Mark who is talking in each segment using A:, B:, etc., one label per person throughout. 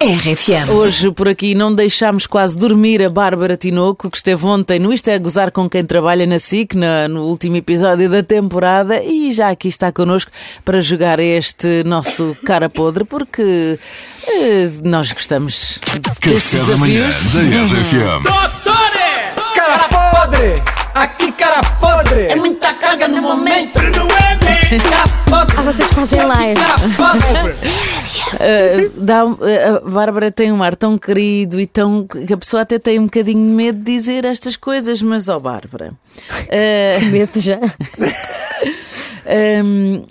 A: RFM.
B: Hoje, por aqui, não deixámos quase dormir a Bárbara Tinoco, que esteve ontem no Isto é Gozar com quem trabalha na SIC, na- no último episódio da temporada, e já aqui está connosco para jogar este nosso cara podre, porque eh, nós gostamos destes
C: Café da manhã
B: desafios.
C: da RFM.
D: Cara podre! Aqui, cara podre! É muita carga no momento!
E: Ah, Vocês fazem live.
D: Cara podre!
B: Eh, dá- eh, a Bárbara tem um ar tão querido e tão. que a pessoa até tem um bocadinho de medo de dizer estas coisas, mas, ó, Bárbara. eh,
E: Medo já.
B: Hum,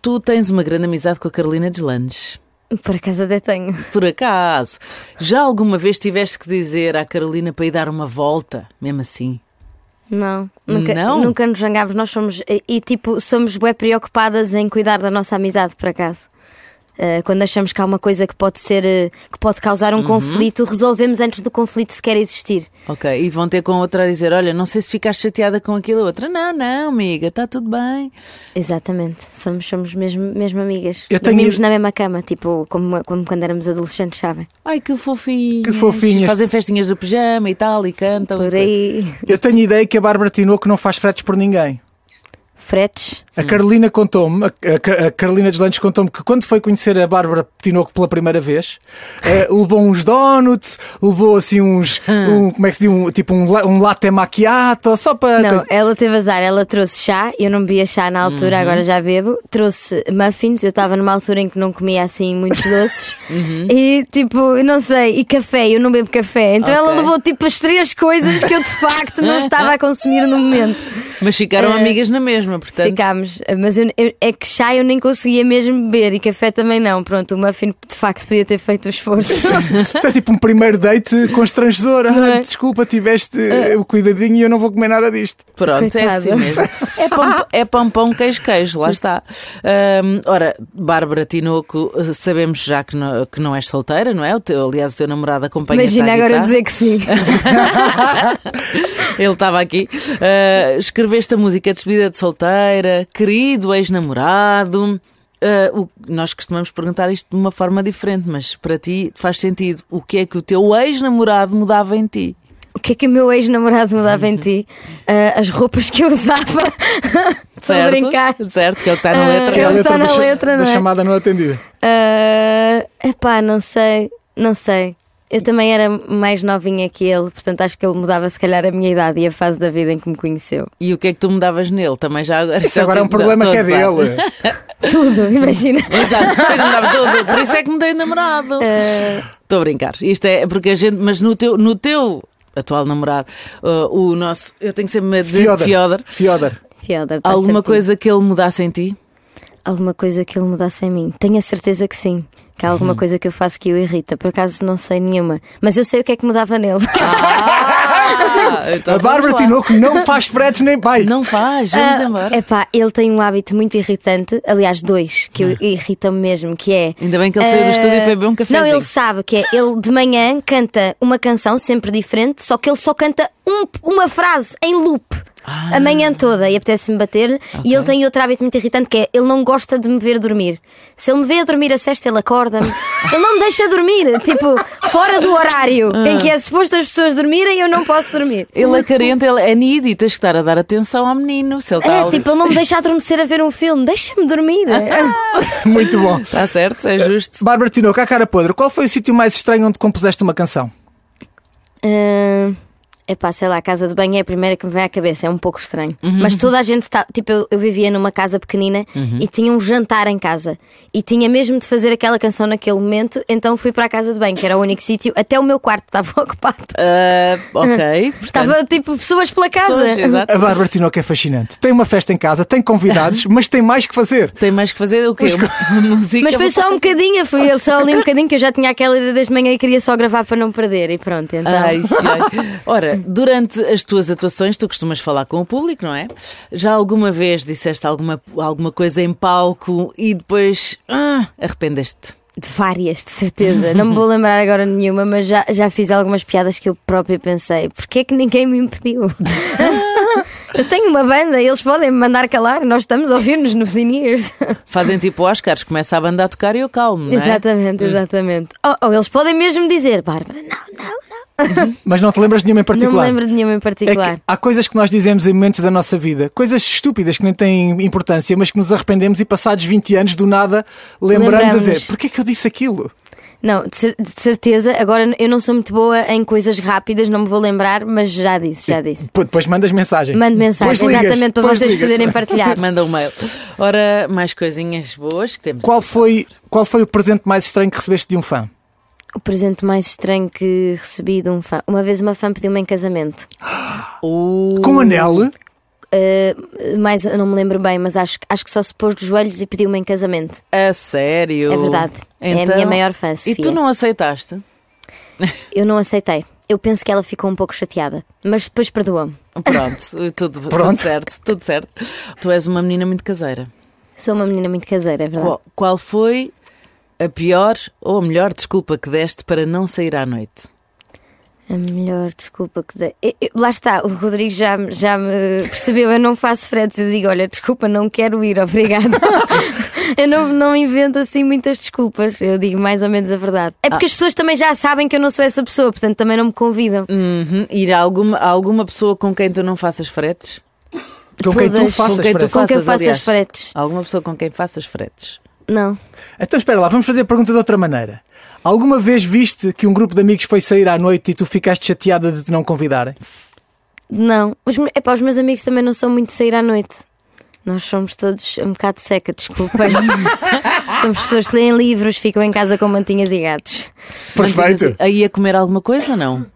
B: tu tens uma grande amizade com a Carolina Deslandes.
E: Por acaso até tenho.
B: Por acaso, já alguma vez tiveste que dizer à Carolina para ir dar uma volta, mesmo assim?
E: Não. Nunca,
B: Não?
E: nunca nos zangámos. Nós somos. E, e, tipo, somos bem preocupadas em cuidar da nossa amizade, por acaso. Eh, quando achamos que há uma coisa que pode ser. eh, que pode causar um conflito, resolvemos antes do conflito sequer existir.
B: Ok, e vão ter com a outra a dizer: Olha, não sei se ficaste chateada com aquilo. A outra: Não, não, amiga, está tudo bem.
E: Exatamente. Somos, somos mesmo, mesmo amigas.
D: Eu tenho-
E: Dormimos na mesma cama, tipo, como, como quando éramos adolescentes, sabem?
B: Ai, que fofinhas.
D: Que fofinhas.
B: Fazem festinhas do pijama e tal, e cantam. e
E: Por
B: coisa.
E: aí.
D: Eu tenho ideia que a Bárbara Tinoco não faz fretes por ninguém.
E: Fretes.
D: A Carolina contou-me, a, a- a Carolina Deslandes contou-me que quando foi conhecer a Bárbara Tinoco pela primeira vez, eh, levou uns donuts, levou assim uns, um, como é que se diz, um, tipo um, la- um latte macchiato, só para...
E: Não,
D: coisa-
E: ela teve azar, ela trouxe chá, eu não bebia chá na altura,
B: Uhum.
E: agora já bebo. Trouxe muffins, eu estava numa altura em que não comia assim muitos doces.
B: Uhum.
E: E tipo, eu não sei, e café, eu não bebo café. Então ela
B: Ok.
E: levou tipo as três coisas que eu de facto não estava a consumir no momento.
B: Mas ficaram
E: Eh,
B: amigas na mesma, portanto.
E: Ficámos, mas eu- eu- é que chá eu nem conseguia mesmo beber e café também não. Pronto, o muffin de facto podia ter feito o esforço.
D: Isso é tipo um primeiro date constrangedor.
E: é? Ah.
D: Ah, Desculpa, tiveste eh, o cuidadinho e eu não vou comer nada disto.
B: Pronto, é
E: Coitada.
B: assim mesmo. É pão, é pão, pão, queijo, queijo, lá está. Ahm, ora, Bárbara Tinoco, sabemos já que não, que não és solteira, não é? O teu, aliás, o teu namorado acompanha-te
E: Imagina
B: à
E: agora eu
B: guitarra.
E: dizer que sim.
B: Ele estava aqui. Ah, escreveste a música Despedida de Solteira, Querido Ex-Namorado. Ah, o- nós costumamos perguntar isto de uma forma diferente, mas para ti faz sentido. O que é que o teu ex-namorado mudava em ti?
E: O que é que o meu ex-namorado mudava em ti? Ah, as roupas que eu usava. Estou a brincar.
B: Certo, que ele está na
E: Ah,
B: letra.
E: Que é a Ele letra- tá na
D: da, cha-
E: letra,
D: da
E: não é?
D: chamada não atendida.
E: Ah, epá, não sei. Não sei. Eu também era mais novinha que ele, portanto acho que ele mudava se calhar a minha idade e a fase da vida em que me conheceu.
B: E o que é que tu mudavas nele? Também já tipo, agora.
D: Isso agora é um problema que é dele.
E: Tudo, imagina.
B: Exato, perguntava tudo. Por isso é que me dei namorado.
E: Ah,
B: Estou a brincar. Isto é porque a gente. Mas no teu, no teu atual namorado, ah, o nosso. Eu tenho sempre medo de dizer
D: Fiodor.
B: Fiodor.
D: Fiodor.
E: Fiodor, tá
B: Alguma
E: certinho.
B: coisa que ele mudasse em ti?
E: Alguma coisa que ele mudasse em mim. Tenho a certeza que sim. Que há
B: Hum.
E: alguma coisa que eu faço que o irrita. Por acaso não sei nenhuma. Mas eu sei o que é que mudava nele.
B: Ah, então
D: a Bárbara
B: vamos lá.
D: Tinoco não faz fretes nem pai.
B: Não faz, vamos
E: Ah,
B: embora.
E: Epá, ele tem um hábito muito irritante, aliás, dois, que eu- irritam-me mesmo, que é.
B: é? Ainda bem que ele saiu do
E: ah,
B: estúdio e foi beber um cafezinho.
E: Não, ele sabe que é. Ele de manhã canta uma canção sempre diferente, só que ele só canta um- uma frase em loop.
B: Ah.
E: A manhã toda e apetece-me bater E ele tem outro hábito muito irritante Que é, ele não gosta de me ver dormir Se ele me vê a dormir a sexta, ele acorda-me Ele não me deixa dormir Tipo, fora do horário
B: Ah.
E: Em que é suposto as pessoas dormirem Eu não posso dormir
B: Ele é carente, ele é nítido e tens que estar a dar atenção ao menino. Se ele está
E: É,
B: ali.
E: tipo, ele não me deixa adormecer a ver um filme Deixa-me dormir
D: Muito bom.
B: Está certo, é justo.
D: Bárbara Tinoco, à cara podre, qual foi o sítio mais estranho onde compuseste uma canção?
E: É Epá, sei lá, a casa de banho é a primeira que me vem à cabeça, é um pouco estranho.
B: Uhum.
E: Mas toda a gente está. Tipo, eu, eu vivia numa casa pequenina e tinha um jantar em casa. E tinha mesmo de fazer aquela canção naquele momento, então fui para a casa de banho, que era o único sítio, até o meu quarto estava ocupado.
B: Ah, ok, portanto,
E: Estava tipo pessoas pela casa.
B: pessoas, exato.
D: A Bárbara Tinoco é fascinante. Tem uma festa em casa, tem convidados, mas tem mais que fazer.
B: Tem mais que fazer o quê? Música.
E: Mas foi só um bocadinho, foi ele só ali um bocadinho que eu já tinha aquela ideia das manhã e queria só gravar para não perder. E pronto, então.
B: Ai, ai. Ora, durante as tuas atuações, tu costumas falar com o público, não é? Já alguma vez disseste alguma, alguma coisa em palco e depois ah, arrependeste-te?
E: Várias, de certeza. Não me vou lembrar agora nenhuma, mas já, já fiz algumas piadas que eu própria pensei. Porquê é que ninguém me impediu? Eu tenho uma banda, eles podem me mandar calar, nós estamos a ouvir-nos nos in-ears.
B: Fazem tipo Oscars, começa a banda a tocar e eu calmo, não é?
D: Hum.
E: Exatamente, exatamente. Ou, ou eles podem mesmo dizer, Bárbara, não, não, não.
D: Mas não te lembras de nenhuma em
E: Não
D: particular?
E: me lembro de nenhuma em
D: É
E: particular.
D: que há coisas que nós dizemos em momentos da nossa vida, coisas estúpidas que nem têm importância, mas que nos arrependemos e passados 20 anos do nada lembramos, a
E: Lembramos.
D: dizer: porquê que eu disse aquilo?
E: Não, de, cer- de certeza, agora eu não sou muito boa em coisas rápidas, não me vou lembrar, mas já disse, já disse.
D: Pô, Depois mandas mensagem.
E: Mando mensagem,
D: Depois ligas,
E: exatamente, para
D: depois
E: vocês
D: ligas.
E: poderem partilhar.
B: Manda um mail. Ora, mais coisinhas boas que temos.
D: Qual foi, qual foi o presente mais estranho que recebeste de um fã?
E: O presente mais estranho que recebi de um fã. Uma vez uma fã pediu-me em casamento.
B: O-
D: Com anel?
E: Uh, mais, eu não me lembro bem, mas acho, que- acho que só se pôs dos joelhos e pediu-me em casamento.
B: A sério?
E: É verdade. É a minha maior fã,
B: Então, E
E: Sofia.
B: tu não aceitaste?
E: Eu não aceitei. Eu penso que ela ficou um pouco chateada, mas depois perdoou-me.
B: Pronto, tudo, tudo
D: Pronto.
B: certo, tudo certo. Tu és uma menina muito caseira.
E: Sou uma menina muito caseira, é verdade.
B: Qual, qual foi a pior ou a melhor desculpa que deste para não sair à noite?
E: A melhor desculpa que dei. Eu- eu- lá está, o Rodrigo já, me- já me percebeu. Eu não faço fretes. Eu digo: olha, desculpa, não quero ir, obrigada. eu não, não invento assim muitas desculpas. Eu digo mais ou menos a verdade. É
B: Ah.
E: porque as pessoas também já sabem que eu não sou essa pessoa, portanto também não me convidam.
B: Uhum. Ir a alguma, a alguma pessoa com quem tu não faças fretes?
D: Com quem tu
E: Todas.
D: faças
B: Com quem tu
D: Fred.
E: Com
B: faças,
E: quem eu faço
B: aliás.
E: as fretes?
B: Alguma pessoa com quem faças fretes?
E: Não.
D: Então espera lá, vamos fazer a pergunta de outra maneira. Alguma vez viste que um grupo de amigos foi sair à noite e tu ficaste chateada de te não convidarem?
E: Não. Os, me- epá, os meus amigos também não são muito de sair à noite. Nós somos todos um bocado seca, desculpem. somos pessoas que leem livros, ficam em casa com mantinhas e gatos.
B: Mantinhas- Aí a comer alguma coisa ou não?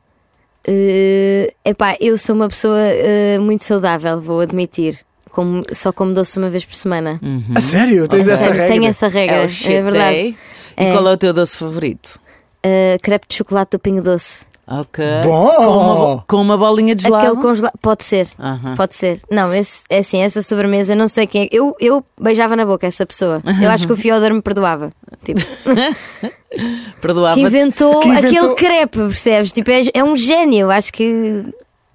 E: Eh, epá, eu sou uma pessoa eh, muito saudável, vou admitir. Como- só como doce uma vez por semana.
D: A sério? Tens essa
E: Uhum. Tenho-
D: regra?
E: Tenho essa regra,
B: o
E: é,
B: shit
E: verdade.
B: day. E
E: É.
B: qual é o teu doce favorito?
E: Eh, crepe de chocolate do Pingo Doce.
B: Ok.
D: Bom!
B: Com uma, bo- com uma bolinha de gelado.
E: Aquele congelado. Pode ser.
B: Aham.
E: Pode ser. Não, esse, é assim, essa sobremesa, não sei quem é. Eu, eu beijava na boca essa pessoa. Eu acho que o Fiodor me perdoava. Tipo, que
B: Perdoava-te.
E: inventou,
D: Que inventou-
E: aquele crepe, percebes? Tipo, é, é um gênio. Acho que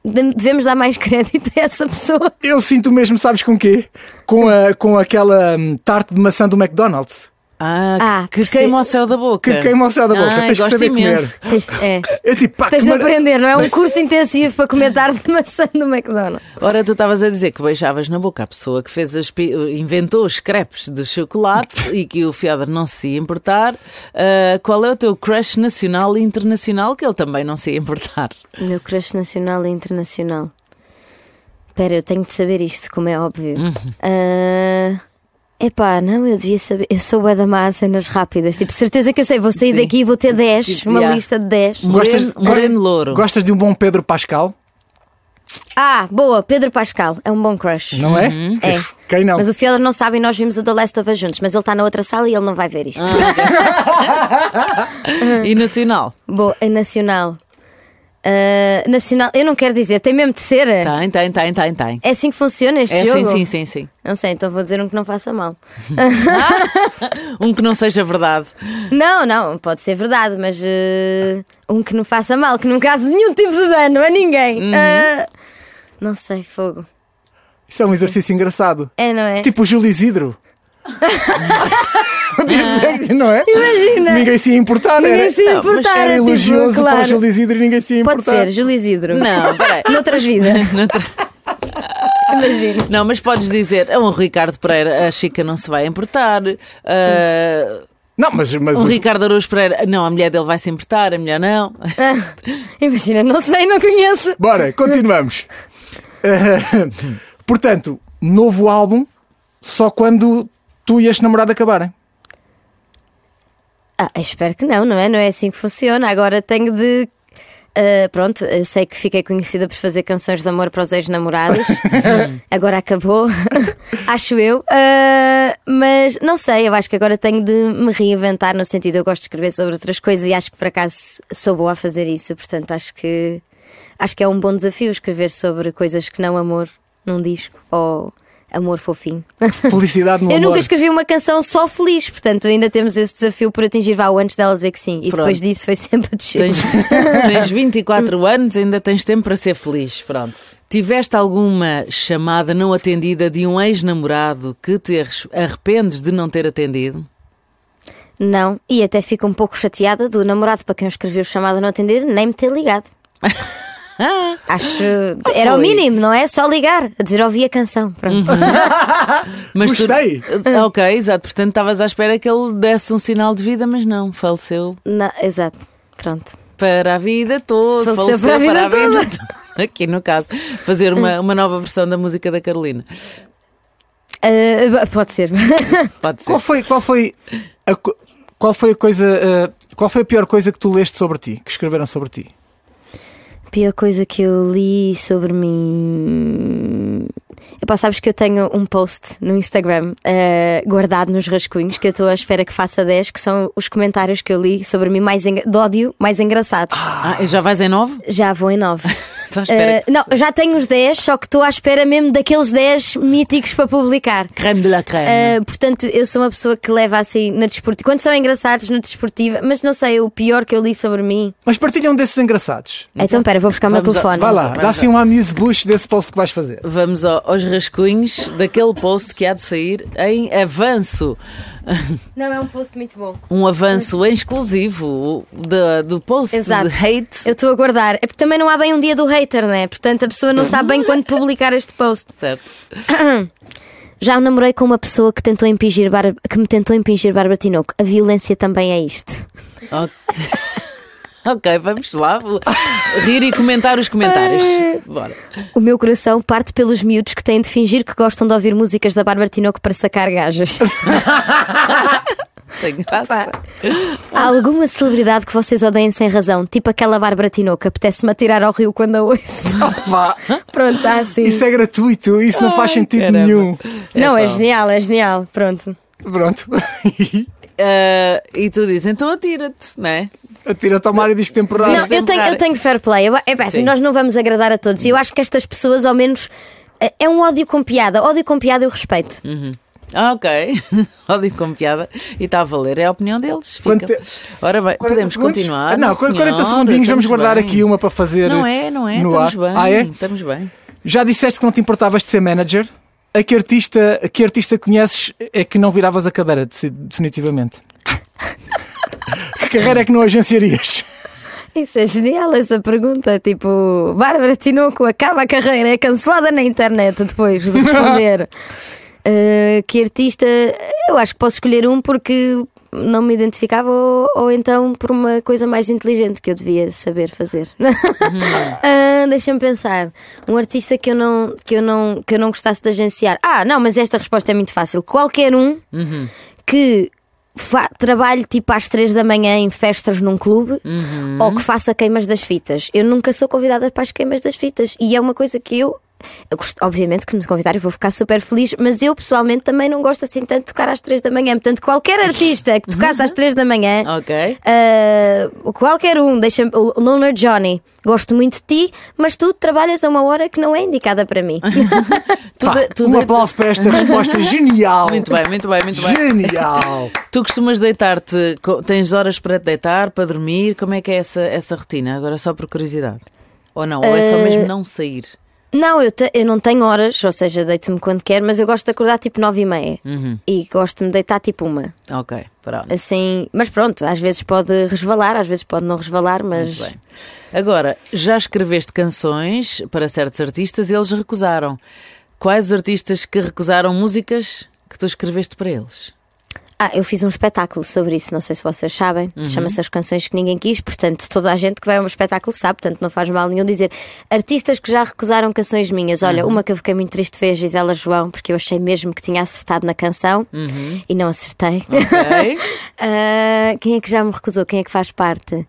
E: de- devemos dar mais crédito a essa pessoa.
D: Eu sinto mesmo, sabes com quê? Com, a, com aquela hum, tarte de maçã do McDonald's
B: Ah,
E: Ah,
B: que
E: porque-
B: queima o céu da
D: que
B: boca.
D: queima o céu da boca.
B: Ai,
D: Tens que
B: gosto
D: saber
B: imenso.
D: comer.
E: Tens- é.
D: Eu tipo, pá,
E: Tens de
D: que mar-
E: aprender, não é um curso intensivo para comer tarde de maçã do McDonald's.
B: Ora, tu estavas a dizer que beijavas na boca a pessoa que fez as pi- inventou os crepes de chocolate e que o Fiodor não se ia importar. Ah, qual é o teu crush nacional e internacional que ele também não se ia importar?
E: O Meu crush nacional e internacional. Espera, eu tenho de saber isto, como é óbvio. Ah, Epá, não, eu devia saber. Eu sou bué da má em cenas rápidas. Tipo, certeza que eu sei, vou sair
B: Sim.
E: daqui e vou ter 10,
B: Tipo,
E: uma
B: já.
E: lista de 10.
D: Gostas-
B: Moreno, Moreno Louro.
D: Gostas de um bom Pedro Pascal?
E: Ah, boa, Pedro Pascal, é um bom crush.
D: Não é?
E: É.
D: Quem não?
E: Mas o Fiodor não sabe e nós vimos o The Last of Us juntos, mas ele está na outra sala e ele não vai ver isto.
B: E nacional?
E: Boa, é nacional. Ah, nacional, eu não quero dizer, tem mesmo de ser.
B: Tem, tem, tem, tem, tem.
E: É assim que funciona este
B: É, sim,
E: jogo?
B: sim, sim, sim.
E: Não sei, então vou dizer um que não faça mal.
B: Um que não seja verdade.
E: não, não, pode ser verdade, mas eh, um que não faça mal, que não cause nenhum tipo de dano a ninguém.
B: Uhum.
E: Ah, não sei, fogo.
D: Isso é um exercício engraçado.
E: É, não é?
D: Tipo o Júlio Isidro. Podias dizer que não é?
E: Imagina!
D: Ninguém se ia importar,
E: Ninguém
D: era-
E: se ia
B: não, mas
E: importar,
D: Era
E: é tipo,
D: elogioso
E: claro.
D: para o Júlio Isidro e ninguém se ia importar.
E: Pode ser, Júlio Isidro.
B: Não, peraí.
E: Noutra vida. Imagina.
B: Não, mas podes dizer, é um Ricardo Pereira, a Chica não se vai importar. Ah,
D: Não, mas, mas
B: um
D: o-
B: Ricardo Araújo Pereira, não, a mulher dele vai se importar, a mulher não.
E: Ah, imagina, não sei, não conheço.
D: Bora, continuamos. Eh, portanto, novo álbum só quando tu e este namorado acabarem.
E: Ah, eu espero que não, não é? Não é assim que funciona. Agora tenho de. ah, pronto, eu sei que fiquei conhecida por fazer canções de amor para os ex-namorados. agora acabou, acho eu. Ah, mas não sei, eu acho que agora tenho de me reinventar no sentido eu gosto de escrever sobre outras coisas e acho que por acaso sou boa a fazer isso. Portanto, acho que acho que é um bom desafio escrever sobre coisas que não amor num disco ou amor fofinho.
D: Felicidade no
E: Eu
D: amor.
E: nunca escrevi uma canção só feliz, portanto ainda temos esse desafio por atingir. Vá, o antes dela dizer que sim. E
B: Pronto.
E: depois disso foi sempre a descer.
B: Tens, tens 24 anos, ainda tens tempo para ser feliz. Pronto. Tiveste alguma chamada não atendida de um ex-namorado que te arres- arrependes de não ter atendido?
E: Não, e até fico um pouco chateada do namorado para quem eu escrevi o chamado não atender, nem me ter ligado.
B: Ah,
E: Acho. era
B: foi.
E: o
B: Uhum.
E: mínimo, não é? Só ligar, a dizer ouvi a canção. Pronto.
B: Mas tu- Ah,
D: Gostei.
B: Ok, exato. Portanto, estavas à espera que ele desse um sinal de vida, mas não. Faleceu
E: Não, exato, pronto.
B: para a vida toda.
E: Faleceu para a vida
B: toda. Aqui no caso, fazer uma, uma nova versão da música da Carolina.
E: Ah, pode ser.
B: Pode
D: Qual
B: ser.
D: foi, qual foi a, co- qual foi a coisa, uh, qual foi a pior coisa que tu leste sobre ti, que escreveram sobre ti?
E: Pior coisa que eu li sobre mim. Epá, sabes que eu tenho um post no Instagram eh, guardado nos rascunhos que eu estou à espera que faça 10, que são os comentários que eu li sobre mim mais engra- de ódio mais engraçados.
B: Ah, e já vais em nove?
E: Já vou em 9. Eh,
B: Então espera que-
E: não, eu já tenho os 10, só que estou à espera mesmo daqueles 10 míticos para publicar.
B: Creme de la creme.
E: Uh, portanto, eu sou uma pessoa que leva assim na desportiva. Quando são engraçados na desportiva, mas não sei, o pior que eu li sobre mim.
D: Mas partilham desses engraçados.
E: então, pera, vou buscar o meu
B: Vamos a-
E: telefone.
D: Vai
B: Vamos
D: lá,
B: lá,
D: dá assim um amuse bush desse post que vais fazer.
B: Vamos ao- aos rascunhos daquele post que há de sair em avanço.
E: Não, é um post muito bom.
B: Um avanço em exclusivo do, do post
E: Exato.
B: de hate.
E: Eu estou a guardar. É porque também não há bem um dia do hater, né? Portanto, a pessoa não sabe bem quando publicar este post.
B: Certo.
E: Já me namorei com uma pessoa que, tentou impingir bar... que me tentou impingir Bárbara Tinoco. A violência também é isto.
B: Ok. Ok, vamos lá. Rir e comentar os comentários.
E: Eh.
B: Bora.
E: O meu coração parte pelos miúdos que têm de fingir que gostam de ouvir músicas da Bárbara Tinoco para sacar gajas.
B: Tem graça.
E: Há alguma celebridade que vocês odeiem sem razão? Tipo aquela Bárbara Tinoco, apetece-me atirar ao rio quando a ouço.
D: Vá.
E: Pronto, há assim.
D: Isso é gratuito, isso não faz
B: Ai,
D: sentido
B: caramba.
D: nenhum.
E: Não, é
B: só.
E: genial, é genial. Pronto.
D: Pronto.
B: Ah, e tu dizes, então atira-te, não é?
D: Atira-te ao mar e diz que temporada.
E: Não, eu tenho, eu tenho fair play. Eu- é pá, assim,
B: Sim.
E: nós não vamos agradar a todos. E eu acho que estas pessoas, ao menos, é- é um ódio com piada. Ódio com piada eu respeito.
B: Ah, ok. Ódio com piada. E está a valer, é a opinião deles. Fica.
D: Quanto te-
B: Ora bem,
D: 40
B: podemos
D: segundos? Ah,
B: continuar.
D: Não, 40 segundinhos, vamos guardar aqui uma para fazer.
B: Não é, não é?
D: no
B: Estamos
D: ar.
B: bem.
D: Ah, é?
B: Estamos bem.
D: Já disseste que não te importavas de ser manager? A que artista, a que artista conheces é que não viravas a cadeira, de- definitivamente? que carreira é que não agenciarias?
E: Isso é genial, essa pergunta. Tipo, Bárbara Tinoco acaba a carreira, é cancelada na internet depois de responder. Uh, que artista? Eu acho que posso escolher um porque não me identificava ou, ou então por uma coisa mais inteligente que eu devia saber fazer. Ah, Deixa-me pensar. Um artista que eu, não, que, eu não, que eu não gostasse de agenciar. Ah, não, mas esta resposta é muito fácil. Qualquer um que fa- trabalhe tipo às três da manhã em festas num clube ou que faça queimas das fitas. Eu nunca sou convidada para as queimas das fitas e é uma coisa que eu. eu gosto- Obviamente que me convidarem eu vou ficar super feliz, mas eu pessoalmente também não gosto assim tanto de tocar às três da manhã. Portanto, qualquer artista que tocasse às três da manhã,
B: Ok.
E: Uh, qualquer um, deixa o Loner Johnny, gosto muito de ti, mas tu trabalhas a uma hora que não é indicada para mim.
B: Tu
D: Pá,
B: de- tu
D: um
B: de-
D: aplauso para esta resposta genial!
B: Muito é bem, muito bem, muito bem.
D: Genial!
B: Tu costumas deitar-te, co- tens horas para te deitar, para dormir? Como é que é essa, essa rotina? Agora só por curiosidade. Ou não? Ou é
D: Eh,
B: só mesmo não sair?
E: não, eu, te- eu não tenho horas, ou seja, deito-me quando quero, mas eu gosto de acordar tipo nove e meia
B: Uhum.
E: e gosto de deitar tipo uma.
B: Ok, pronto.
E: Assim, mas pronto, às vezes pode resvalar, às vezes pode não resvalar, mas
B: Muito bem. Agora, já escreveste canções para certos artistas e eles recusaram. Quais os artistas que recusaram músicas que tu escreveste para eles?
E: Ah, eu fiz um espetáculo sobre isso, não sei se vocês sabem.
B: Uhum.
E: Chama-se As Canções que Ninguém Quis, portanto, toda a gente que vai a um espetáculo sabe, portanto, não faz mal nenhum dizer. Artistas que já recusaram canções minhas. Olha,
B: Uhum.
E: uma que eu fiquei muito triste foi a Gisela João, porque eu achei mesmo que tinha acertado na canção
B: Uhum.
E: e não acertei.
B: Ok?
E: Ah, quem é que já me recusou? Quem é que faz parte?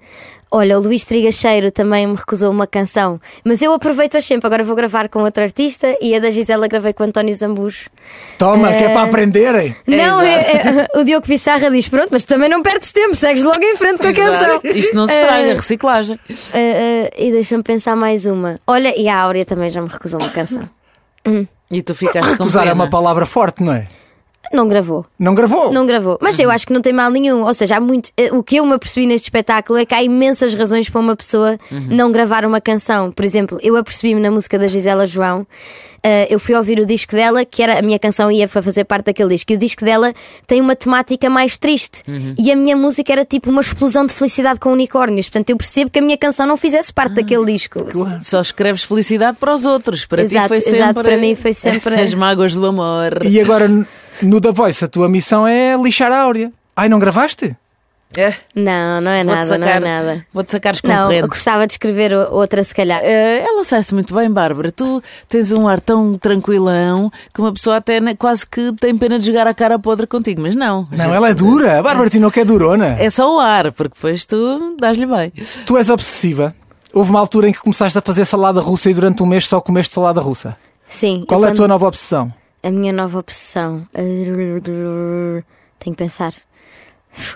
E: Olha, o Luís Trigacheiro também me recusou uma canção, mas eu aproveito-as sempre. Agora vou gravar com outro artista e a da Gisela gravei com António Zambujo.
D: Toma, que é para aprenderem!
E: Não, é- é- o Diogo Pissarra diz: pronto, mas também não perdes tempo, segues logo em frente com a canção.
B: Exato. Isto não se
E: É.
B: estraga, reciclagem.
E: Ah, ah, e deixa-me pensar mais uma. Olha, e a Áurea também já me recusou uma canção.
B: E tu ficaste com
D: Recusar é
B: pena.
D: uma palavra forte, não é?
E: Não gravou.
D: Não gravou.
E: Não gravou. Mas eu acho que não tem mal nenhum. Ou seja, há muito. eh, O que eu me apercebi neste espetáculo é que há imensas razões para uma pessoa
D: Uhum.
E: não gravar uma canção. Por exemplo, eu apercebi-me na música da Gisela João. eh, eu fui ouvir o disco dela, que era a minha canção ia fa- fazer parte daquele disco. E o disco dela tem uma temática mais triste.
D: Uhum.
E: E a minha música era tipo uma explosão de felicidade com unicórnios. Portanto, eu percebo que a minha canção não fizesse
D: Ah,
E: parte daquele disco.
B: Só escreves felicidade para os outros. Para ti
E: Exato,
B: foi sempre.
E: exato, para mim foi sempre-
B: As mágoas do amor.
D: E agora, no The Voice, a tua missão é lixar a Áurea. Ai, não gravaste?
B: É,
E: Não, não é
B: Vou-te
E: nada, não é
B: sacar,
E: nada.
B: vou -te sacar os
E: Não, eu
B: concorrentes.
E: gostava de escrever o- outra, se calhar.
B: Eh, ela sai-se muito bem, Bárbara. Tu tens um ar tão tranquilão que uma pessoa até ne- quase que tem pena de jogar a cara podre contigo, mas não.
D: Não, ela é dura. A Bárbara Tinoco é durona.
B: É só o ar, porque depois tu dás-lhe bem.
D: Tu és obsessiva. Houve uma altura em que começaste a fazer salada russa e durante um mês só comeste salada russa.
E: Sim.
D: Qual
E: eu
D: é a
E: quando-
D: tua nova obsessão?
E: A minha nova obsessão. Tenho que pensar.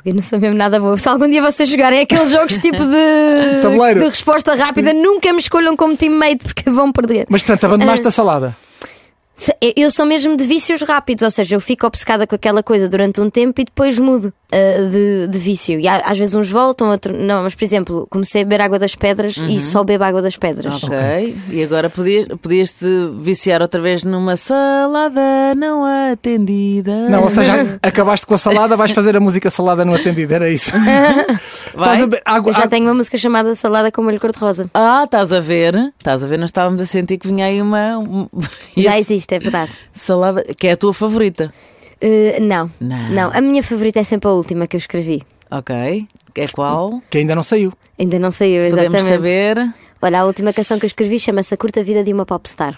E: Eu não sou mesmo nada boa. Se algum dia vocês jogarem aqueles jogos tipo de,
D: Tabuleiro.
E: de resposta rápida, nunca me escolham como teammate porque vão perder.
D: Mas portanto,
B: Ah.
D: abandonaste a salada.
E: Se- Eu sou mesmo de vícios rápidos, ou seja, eu fico obcecada com aquela coisa durante um tempo e depois mudo ah, de, de vício. E há- às vezes uns voltam, outros não. Mas, por exemplo, comecei a beber água das pedras e só bebo água das pedras.
B: Ah, Ok. E agora podias, podias te viciar outra vez numa salada não atendida.
D: Não, ou seja, acabaste com a salada, vais fazer a música salada no atendido. Era isso.
B: Vai?
D: Estás a be- água-
E: Eu já
D: água-
E: tenho uma música chamada Salada com Molho Cor-de-Rosa.
B: Ah, estás a ver? Estás a ver? Nós estávamos a sentir que vinha aí uma. um-
E: Já
B: esse-
E: existe, é verdade.
B: Salada, que é a tua favorita.
E: Uh, não.
B: Não.
E: a minha favorita é sempre a última que eu escrevi.
B: Ok. É qual?
D: Que ainda não saiu.
E: Ainda não saiu, exatamente.
B: Podemos saber.
E: Olha, a última canção que eu escrevi chama-se A Curta Vida de uma Popstar.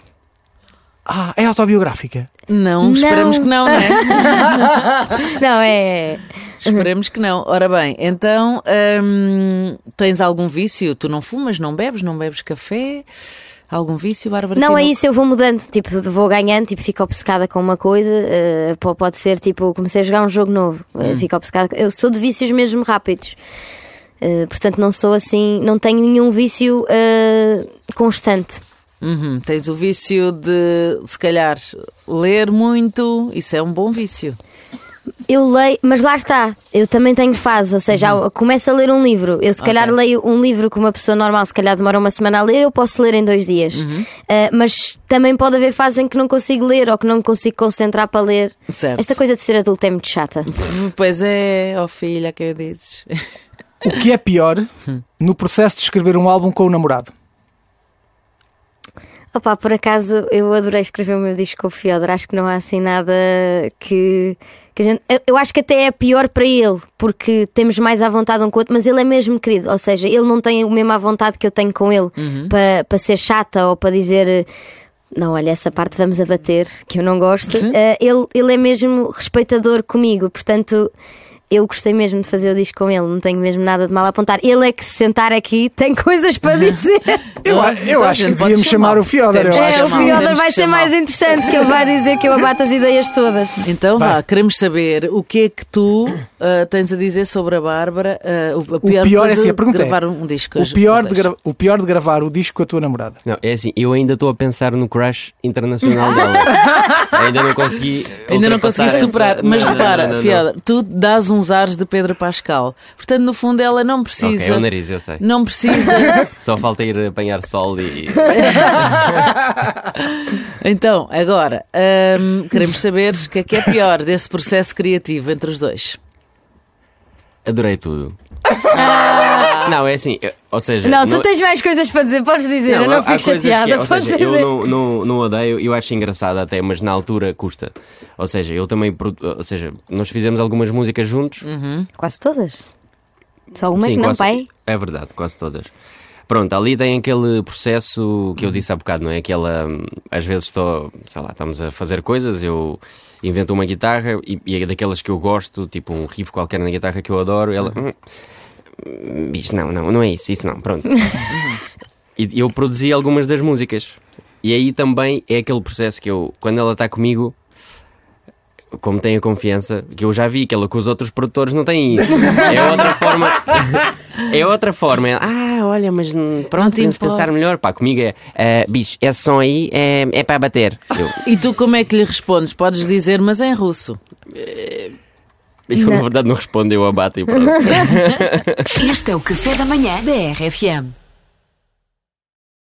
D: Ah, é autobiográfica.
B: Não,
E: Não.
B: esperamos que não, não é?
E: Não, é.
B: esperamos que não. Ora bem, então hum, tens algum vício? Tu não fumas, não bebes, não bebes café? Algum vício, Bárbara?
E: Não,
B: Tinoco?
E: é isso, eu vou mudando, tipo, vou ganhando, tipo, fico obcecada com uma coisa. uh, po- pode ser, tipo, comecei a jogar um jogo novo, uh,
B: Hum.
E: fico obcecada. Eu sou de vícios mesmo rápidos. Uh, portanto, não sou assim, não tenho nenhum vício uh, constante.
B: Uhum, Tens o vício de, se calhar, ler muito. Isso é um bom vício.
E: Eu leio, mas lá está, eu também tenho fase, ou seja, eu começo a ler um livro. Eu, se calhar,
B: Uhum. Ok.
E: leio um livro que uma pessoa normal, se calhar, demora uma semana a ler, eu posso ler em dois dias.
B: Uhum.
E: Ah, mas também pode haver fase em que não consigo ler ou que não me consigo concentrar para ler.
B: Certo.
E: Esta coisa de ser adulto é muito chata.
B: Pois é, ó filha, que eu dizes.
D: O que é pior no processo de escrever um álbum com o namorado?
E: Opa, por acaso, eu adorei escrever o meu disco com o Fiodor, acho que não há assim nada que. que a gente- eu, eu acho que até é pior para ele, porque temos mais à vontade um com o outro, mas ele é mesmo querido, ou seja, ele não tem o mesmo à vontade que eu tenho com ele para, para ser chata ou para dizer. Não, olha, essa parte vamos abater, que eu não gosto.
B: Sim.
E: Eh, ele, ele é mesmo respeitador comigo, portanto, eu gostei mesmo de fazer o disco com ele, não tenho mesmo nada de mal a apontar. Ele é que se sentar aqui tem coisas para dizer.
D: Eu,
B: Ah,
D: a- eu
B: então a
D: acho que
B: gente pode
D: devíamos
B: chamar.
D: chamar o Fiodor.
B: Temos
D: Eu
B: que
D: acho.
E: É, o
B: chamá-lo,
E: Fiodor
B: temos
E: vai
B: que
E: ser mais um.
B: chamá-lo.
E: interessante que ele vai dizer que eu abato as ideias todas.
B: Então vá, queremos saber o que é que tu ah, tens a dizer sobre a Bárbara. ah, o, a pior
D: pior é
B: coisa
D: assim, a pergunta
B: de
D: é,
B: gravar um disco.
D: O pior, de
B: Dois.
D: gra- o pior de gravar o disco com a tua namorada.
A: Não, é assim, eu ainda estou a pensar no crush internacional dela. ainda não consegui.
B: Ainda não
A: ultrapassar
B: conseguiste
A: essa-
B: superar. Mas
A: Não, não, não, não,
B: repara,
A: não.
B: Fiada, tu dás uns ares de Pedro Pascal. Portanto, no fundo, ela não precisa.
A: Ok, é o nariz, eu sei.
B: Não precisa.
A: Só falta ir apanhar sol e.
B: então, agora, hum, queremos saber o que é que é pior desse processo criativo entre os dois.
A: Adorei tudo. Não, é assim, eu- ou seja.
E: Ah. Não, tu tens mais coisas para dizer, podes dizer, eu não
A: há
E: fico
A: coisas que é-
E: chateada.
A: ou
E: podes
A: seja,
E: dizer.
A: eu não, não, não odeio, eu acho engraçado até, mas na altura custa. Ou seja, eu também. produ- Ou seja, nós fizemos algumas músicas juntos.
E: Quase todas. Só uma
A: Sim,
E: que não,
A: quase-
E: pai?
A: É verdade, quase todas. Pronto, ali tem aquele processo que eu disse há bocado, não é? Aquela. hum, Às vezes estou, sei lá, estamos a fazer coisas, eu invento uma guitarra e, e é daquelas que eu gosto, tipo um riff qualquer na guitarra que eu adoro, ela. "Hum, hum, isto não, não, não é isso, isso não, pronto. e eu produzi algumas das músicas. E aí também é aquele processo que eu, quando ela está comigo, como tenho confiança, que eu já vi que ela com os outros produtores não tem isso. É outra forma. É outra forma. É, ah, olha, mas hum, pronto,
B: te
A: temos de
B: importa.
A: pensar melhor. Pá, comigo é, ah, bicho, esse som aí é, é para bater. Eu,
B: E tu como é que lhe respondes? Podes dizer, mas em russo.
A: eu, na verdade, não respondo, eu abato e pronto.
C: Este é o café da manhã da RFM.